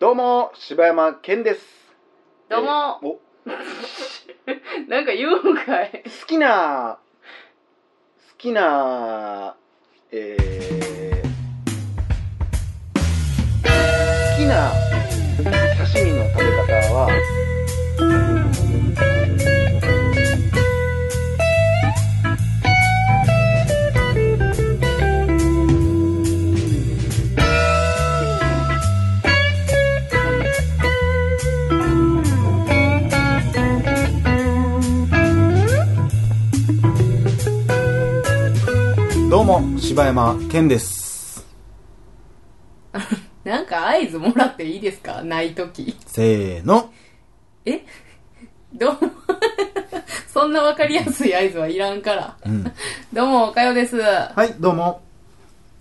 うも柴山健ですどうもえーお好 なんか言うんかい。きな好きなえー、好きな刺身の食べ方はどうも柴山健ですなんか合図もらっていいですかないとき。せーのえどうも。 そんなわかりやすい合図はいらんから。んどうも、おかよです。ははいどうも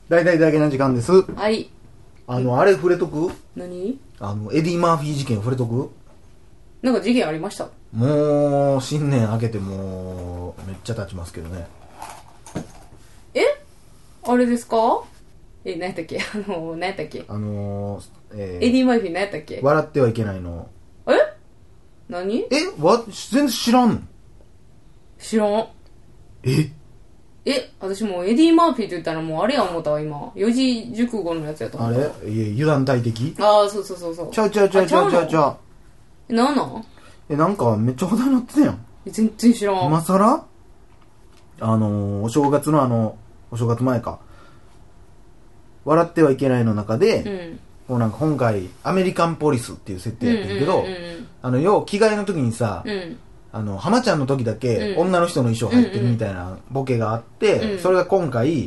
大々だけな時間ですい。あのあれ触れとく何あのエディ・マーフィー事件触れとくなんか事件ありました。もう新年明けてもうめっちゃ経ちますけどねえあれですかえ、何やったっけ あの、何やったっけあのー、えーエディ・マイフィー何やったっけ笑ってはいけないのえ何えわ全然知らんの知らん。ええ、私もうエディ・マーフィーって言ったらもうあれや思ったわ、今。四字熟語のやつやと思あった。れいや油断大敵ああ、そうそうそうそう。ちゃうちゃうちゃうちゃうちゃうちゃうう。なんなんえなんかめっちゃ話題になってたやん全然知らん。今さらあのー、お正月のあのお正月前か笑ってはいけないの中で、うもん。うなんか今回アメリカンポリスっていう設定やってるけど、うんうんあのよう着替えの時にさ、うんうん。あの、浜ちゃんの時だけ、うん女の人の衣装入ってるみたいなボケがあって、うんそれが今回、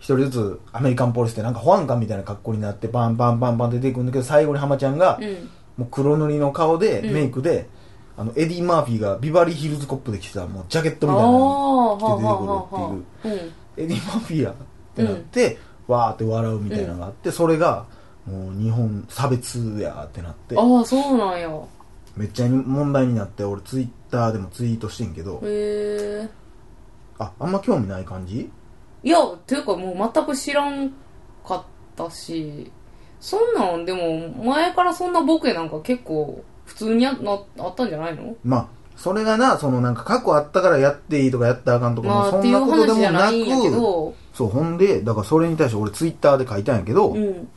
一人ずつアメリカンポリスってなんか保安官みたいな格好になって、バンバンバンバン出ていくんだけど、最後に浜ちゃんがう、ん。もう黒塗りの顔で、うんメイクで、あの、エディ・マーフィーがビバリーヒルズコップで着てた、もうジャケットみたいなあーはあの着て出てくるっていう。はあはあうん。エディ・マーフィーやってなって、わーって笑うみたいなのがあって、それが、もう日本差別やーってなって、ああ、そうなんや。めっちゃ問題になって、俺ツイッターでもツイートしてんけど、へえ。あ、あんま興味ない感じいや、ていうかもう全く知らんかったし、そんなん、でも前からそんなボケなんか結構普通にあなあったんじゃないのまあ、それがな、そのなんか過去あったからやっていいとかやったらあかんとか、まあもっうそていんうなことで話じもゃなないんやけく、ど、そう、ほんで、だからそれに対して俺ツイッターで書いたんやけど、うん。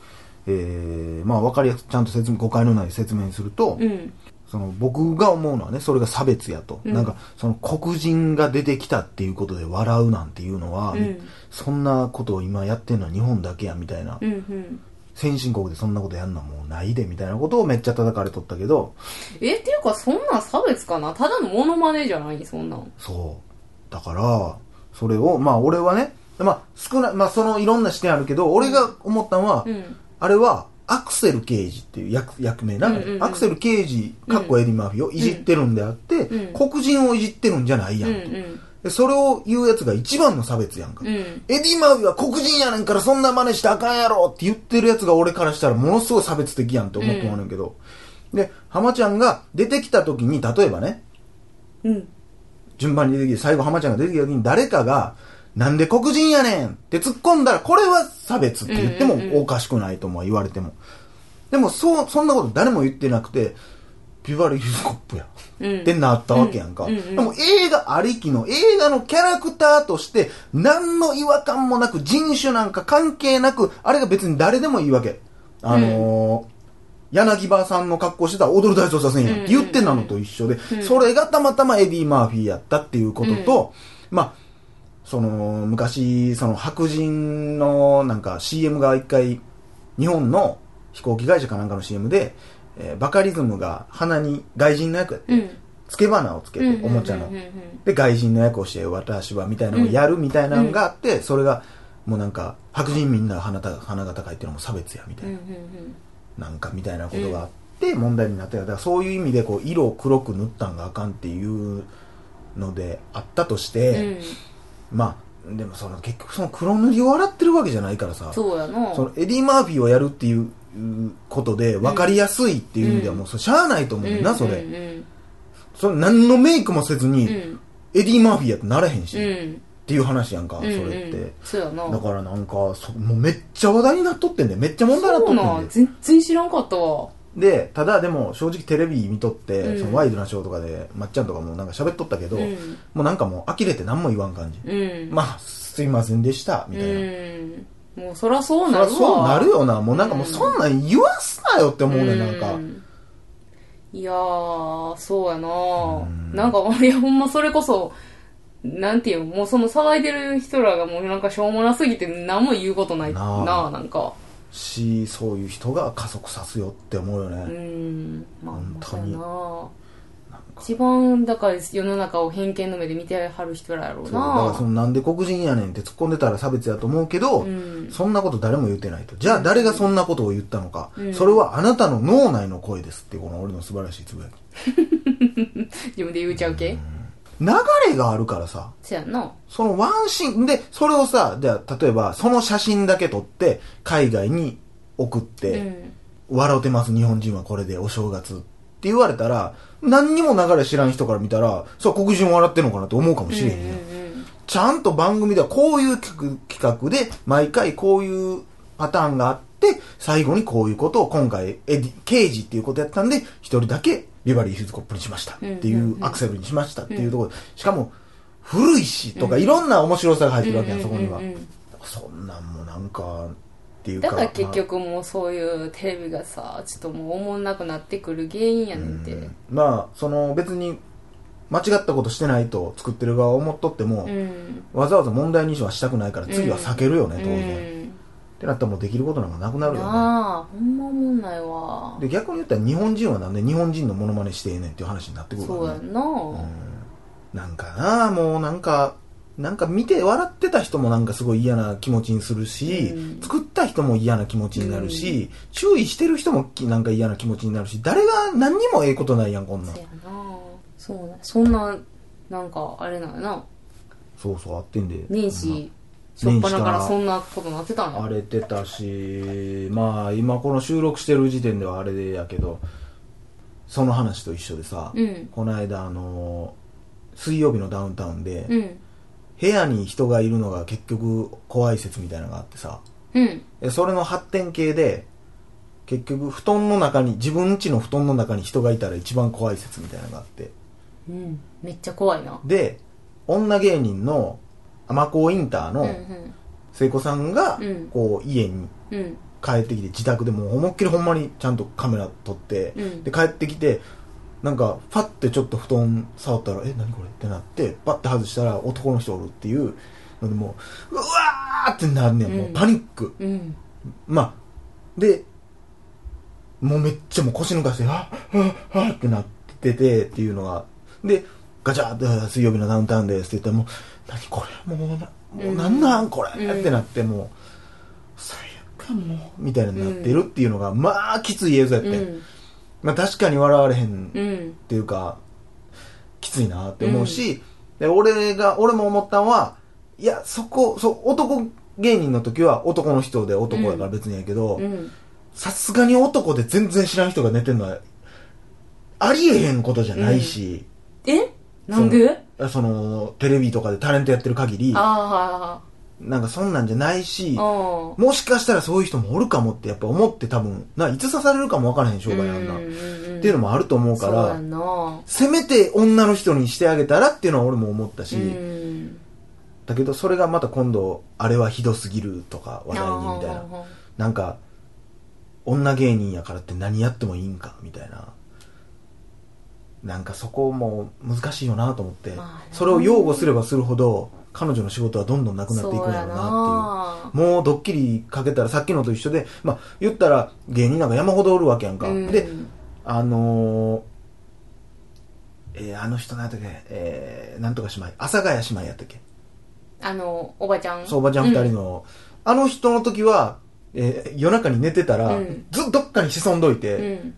えー、まあわかりやすくちゃんと説明、誤解のない説明にすると、うん。その僕が思うのはね、それが差別やと。うんなんか、その黒人が出てきたっていうことで笑うなんていうのは、うんそんなことを今やってんのは日本だけやみたいな、うん。うん。先進国でそんなことやんのはもうないでみたいなことをめっちゃ叩かれとったけど、え、っていうかそんなん差別かなただのモノマネじゃないそんなん。そう。だから、それを、まあ俺はね、まあ少ない、まあそのいろんな視点あるけど、俺が思ったのは、うん。あれは、アクセル刑事っていう役役名な、うんうんうんアクセル刑事、かっこエディ・マーフィーをいじってるんであって、うん黒人をいじってるんじゃないやうんんと、でそれを言うやつが一番の差別やんか。うん。うん。エディ・マーフィーは黒人やねんからそんな真似してあかんやろって言ってるやつが俺からしたらものすごい差別的やんって思ってもらうねんけど、で、浜ちゃんが出てきた時に、例えばね、うん。順番に出てきて、最後浜ちゃんが出てきた時に誰かが、なんで黒人やねんって突っ込んだら、これは差別って言ってうんうんうもんおかしくないとも言われても。でも、そう、そんなこと誰も言ってなくて、ビバリーヒルズコップや。うんってなったわけやんか。うんうんうんでも映画ありきの、映画のキャラクターとして、何の違和感もなく、人種なんか関係なく、あれが別に誰でもいいわけ。あのー、柳葉さんの格好してたら踊る大捜査線やんって言ってなのと一緒で、んそれがたまたまエディ・マーフィーやったっていうことと、まあ、その、昔、その白人のなんか CM が一回、日本の飛行機会社かなんかの CM で、えーバカリズムが鼻に外人の役やって、うん。付け花をつけて、おもちゃの。で、外人の役をして、私は、みたいなのをやるみたいなのがあって、それが、もうなんか、白人みんな鼻た鼻が高いっていうのも差別や、みたいな、なんか、みたいなことがあって、問題になってた。だから、そういう意味で、こう、色を黒く塗ったんがあかんっていうのであったとして、まあ、でも、その、結局、その黒塗りを洗ってるわけじゃないからさ、そうやな。そのエディ・マーフィーをやるっていうことで、分かりやすいっていう意味では、もう、それしゃあないと思うねんな、それ。うんそれ、何のメイクもせずに、うんエディ・マーフィーやってならへんし、うん。っていう話やんか、それって、うんうん、そうやなだからなんかそもうめっちゃ話題になっとってんでめっちゃ問題になっとそっうてなんんで全然知らんかったわでただでも正直テレビ見とって、うんそのワイドなショーとかでまっちゃんとかもなんか喋っとったけど、うんもうなんかもう呆れて何も言わん感じ、うんまあすいませんでしたみたいな、うんもうそらそうそなりるゃわそうなるよなもうなんかもううんそんなん言わすなよって思うね、なんか、いやーそうやなー、うんなんかい やほんまそれこそなんていうのもうその騒いでる人らがもうなんかしょうもなすぎて何も言うことないななああなんかしそういう人が加速さすよって思うよね、うんまあ本当そうやになあなんか一番だから世の中を偏見の目で見てはる人らやろうそうだからなそのなんで黒人やねんって突っ込んでたら差別やと思うけど、うんそんなこと誰も言ってないとじゃあ誰がそんなことを言ったのか、うんそれはあなたの脳内の声ですっていうこの俺の素晴らしいつぶやき自分で言うちゃうけ、流れがあるからさそやんなそのワンシーンでそれをさじゃあ例えばその写真だけ撮って海外に送って、うん笑うてます日本人はこれでお正月って言われたら何にも流れ知らん人から見たらそう黒人笑ってんのかなって思うかもしれへんやん、うんちゃんと番組ではこういう企画企画で毎回こういうパターンがあって最後にこういうことを今回エディ刑事っていうことやったんで一人だけビバリーヒルズコップにしましたってうんいうんううんアクセルにしましたっていうところでしかも古いしとかいろんな面白さが入ってるわけやんそこにはうんうんうんそんなんもなんかっていうかだから結局もうそういうテレビがさちょっともうおもんなくなってくる原因やねんてうんまあその別に間違ったことしてないと作ってる側は思っとっても、うんわざわざ問題認証はしたくないから次は避けるよね、う当然、っんてなったらもうできることなんかなくなるよねなあほんまおもんないわで逆に言ったら日本人はなんで日本人のモノマネしてええねんっていう話になってくるかそうらやねんなうんなんかなあもうなんかなんか見て笑ってた人もなんかすごい嫌な気持ちにするし、うん作った人も嫌な気持ちになるし、注意してる人もきなんか嫌な気持ちになるし誰が何にもええことないやんこんなんそやなそうなそんななんかあれなんやなそうそうあってんで年始初っ端からそんなことなってたんや荒れてたしまあ今この収録してる時点ではあれやけどその話と一緒でさ、うんこの間あの水曜日のダウンタウンで、うん部屋に人がいるのが結局怖い説みたいなのがあってさうんでそれの発展系で結局布団の中に自分家の布団の中に人がいたら一番怖い説みたいなのがあってうんめっちゃ怖いなで女芸人の甘子インターうんうのん聖子さんがうんこう家にうん帰ってきて自宅でもう思いっきりほんまにちゃんとカメラ撮って、うんで帰ってきてなんかパッてちょっと布団触ったら「え何これ?」ってなってパッて外したら男の人おるっていうのでもううわーってなるねんもううんパニック、うんまあでもうめっちゃもう腰抜かして「あっあっあっ」ってなっててっていうのがでガチャって「水曜日のダウンタウンです」って言ったらもう「何これもうなもうなんなんこれ」うんってなってもう「最悪かもう」みたいになってるっていうのが、まあきつい映像やって、うんまあ確かに笑われへんうっんていうか、きついなって思うし、で俺が俺も思ったんはいやそこそう男芸人の時は男の人で男やから別にやけど、うんさすがに男で全然知らん人が寝てんのはありえへんことじゃないし、えなんであそのテレビとかでタレントやってる限りあなんかそんなんじゃないしあああもしかしたらそういう人もおるかもってやっぱ思って多分ないつ刺されるかもわからへん商売なんな、うんうんうんっていうのもあると思うかそうやらんなせめて女の人にしてあげたらっていうのは俺も思ったし、うんだけどそれがまた今度あれはひどすぎるとか話題にみたいなあなんか女芸人やからって何やってもいいんかみたいななんかそこも難しいよなと思って、まあねそれを擁護すればするほど彼女の仕事はどんどんなーくなっていくんやろうなっていうなもうドッキリかけたらさっきのと一緒でまあ言ったら芸人なんか山ほどおるわけやんか、うんであのーえーあの人なんだっけ、えーなんとか姉妹阿佐ヶ谷姉妹やったっけあのおばちゃんそうおばちゃん二人の、あの人の時は、えー夜中に寝てたら、うんずっとどっかに潜んどいて、うんうん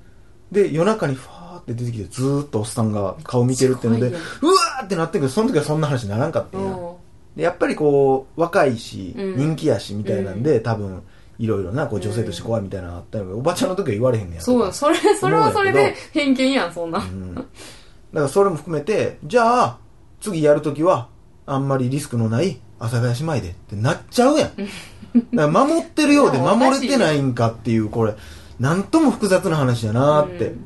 で夜中にファーって出てきてずーっとおっさんが顔見てるっていうのでうすわごいーってなってるけどその時はそんな話ならんかったんや、うんでやっぱりこう若いし、うん人気やしみたいなんで、多分いろいろなこう女性として怖いみたいなのあったのがおばちゃんの時は言われへんねやそうよそれそれはそれ思うんやでけ偏見やんそんなうんだからそれも含めてじゃあ次やるときはあんまりリスクのない阿佐ヶ谷姉妹でってなっちゃうやん。だから守ってるようでいやお守かしれいてないんかっていう、これ、なんとも複雑な話やなーって。うん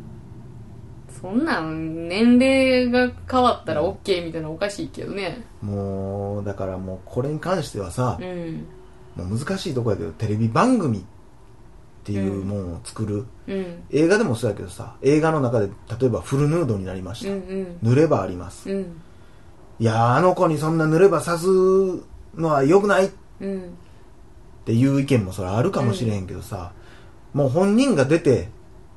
そんなん年齢が変わったら OK みたいなのおかしいけどねもう、だからもうこれに関してはさう、んもう難しいとこやけど、テレビ番組っていうもんを作る。うん映画でもそうやけどさ、映画の中で例えばフルヌードになりましうた。ん濡ればあります。うんうんいやー、あの子にそんな濡ればさすのは良くないうんっていう意見もそれあるかもしれへんけどさ、もう本人が出て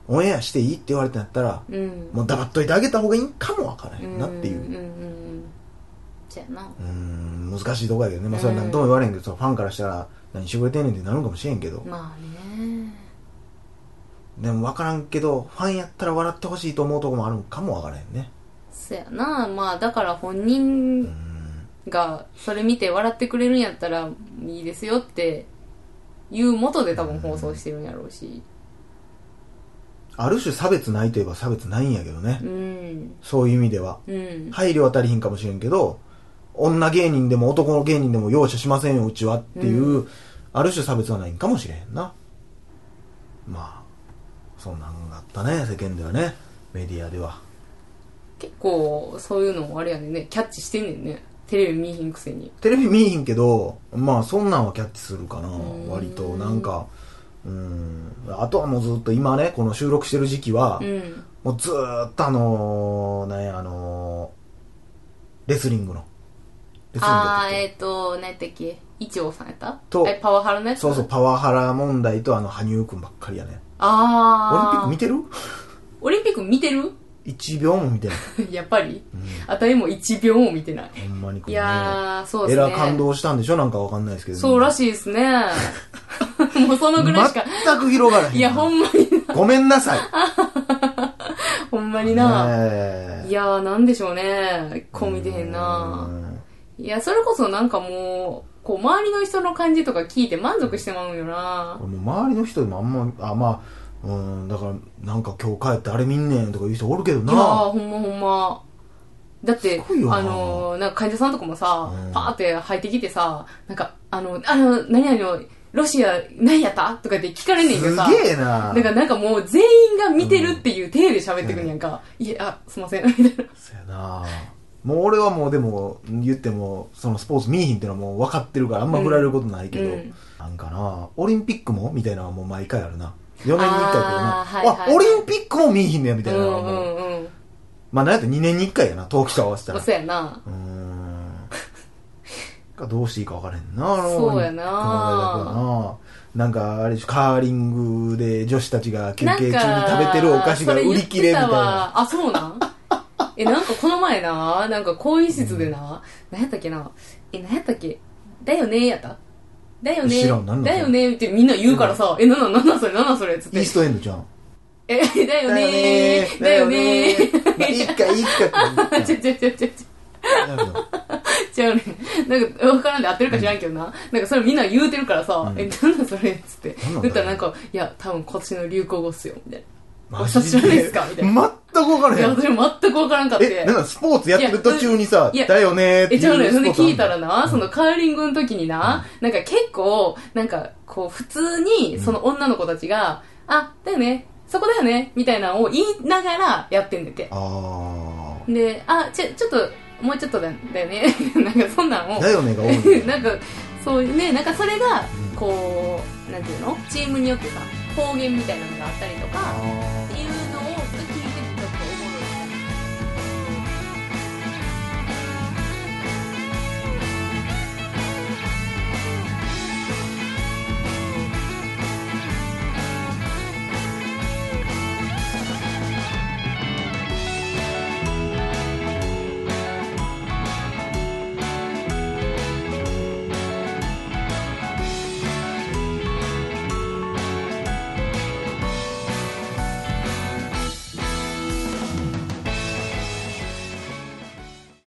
オンエアしていいって言われてなったら、うんもう黙っといてあげた方がいいんかもわからへうんんなっていううんううんじゃあなーん難しいとこやけどね、まあ、それは何とも言われへんけど、ファンからしたら何してくれてんねんってなるかもしれんけど、まあねでも分からんけどファンやったら笑ってほしいと思うとこもあるんかもわからへんねそやなまあだから本うー人んがそれ見て笑ってくれるんやったらいいですよっていうもとで多分放送してるんやろうしある種差別ないといえば差別ないんやけどね、うんそういう意味ではうん配慮は足りひんかもしれんけど女芸人でも男の芸人でも容赦しませんようちはっていう、ある種差別はないんかもしれへんなまあそんなんがあったね世間ではねメディアでは結構そういうのもあれやねんねキャッチしてんねんねテレビ見ひんくせにテレビ見えへんけどまあそんなんはキャッチするかなうん割となんかうんあとはもうずっと今ねこの収録してる時期は、うんもうずーっとあのー、なんやあのー、レスリングのレスリングやったあっあけえっ、ー、と何やったっけ一応さんやったとえパワハラのやつそうそう、パワハラ問題とあの、羽生くんばっかりやね。オリンピッああク見てるオリンピック見てる 一秒も見てない。やっぱり、あたりも1秒も見てないほんまにこいれね。やーそうでえすねら感動したんでしょなんかわかんないですけど、そうらい。しいですね もうそのぐらいしか全く広がらへん。いやほんまにごめんなさい。ほんまにな、ねえいやーなんでしょうねこう見てへんなうんいやそれこそなんかもうこう周りの人の感じとか聞いて満足してまうんよなこれもう周りの人でもあんま、あ、まあ、うん、だから、なんか今日帰ってあれ見んねんとか言う人おるけどいやな。ーほんまほんまだってすごいよなあのーなんか患者さんとかもさ、うんパーって入ってきてさなんかあのあの何々のロシア何やったとかって聞かれんねんけすどさげえな。だからなんかもう全員が見てるっていう体で喋ってくんやんか、いやあすいませんみたいなそやなもう俺はもうでも言ってもそのスポーツ見えひんってのはもう分かってるからあんま振られることないけど、うんうんなんかなオリンピックもみたいなのはもう毎回あるな4年に1回やけどなあーはいはいはいあオリンピックも見えひんねやみたいうなのはんうもう、んうんまあなんやったら2年に1回やな冬季と合わせたまあらうそうやなーんがどうしていいか分からへんなあのそうオリやなンピックのあれだけどななんかあれでしょカーリングで女子たちが休憩中に食べてるお菓子が売り切れみたいんかそ言なってたわあそうなんえなんかこの前ななんか更衣室でな、なん、何やったっけなえ何やったっけだよねやっただよね知らん何なんそれだよねってみんな言うからさ、えなんなんなんなんそれなんなんそれっつっイーてストエンドちゃんえだよねーだよねーまあいいか、いいかって ちょちょちょちょなるほどちゃうねなんか分からんで合ってるか知らんけどな、なんかそれみんな言うてるからさ、うんえなんなんそれっつってなんなんだろう言ったらなんかいや多分今年の流行語っすよみたいなマお察しジ知らないですかみたいな全く分からいへやん。それ全く分からんかってえ、なんかスポーツやってる途中にさ、いやだよねーってえ、いうちゃうのよ。そんでスポーツあんの聞いたらな、そのカーリングの時にな、なんか結構、なんかこう普通にその女の子たちが、あ、だよね、そこだよね、みたいなのを言いながらやってんだって。あで、あ、ちょ、ちょっと、もうちょっとだよね、 なんかそんなんをー。だよねが多いね。 なんか、そういうね、なんかそれがう、んこう、なんていうのチームによってさ、方言みたいなのがあったりとか、あっていう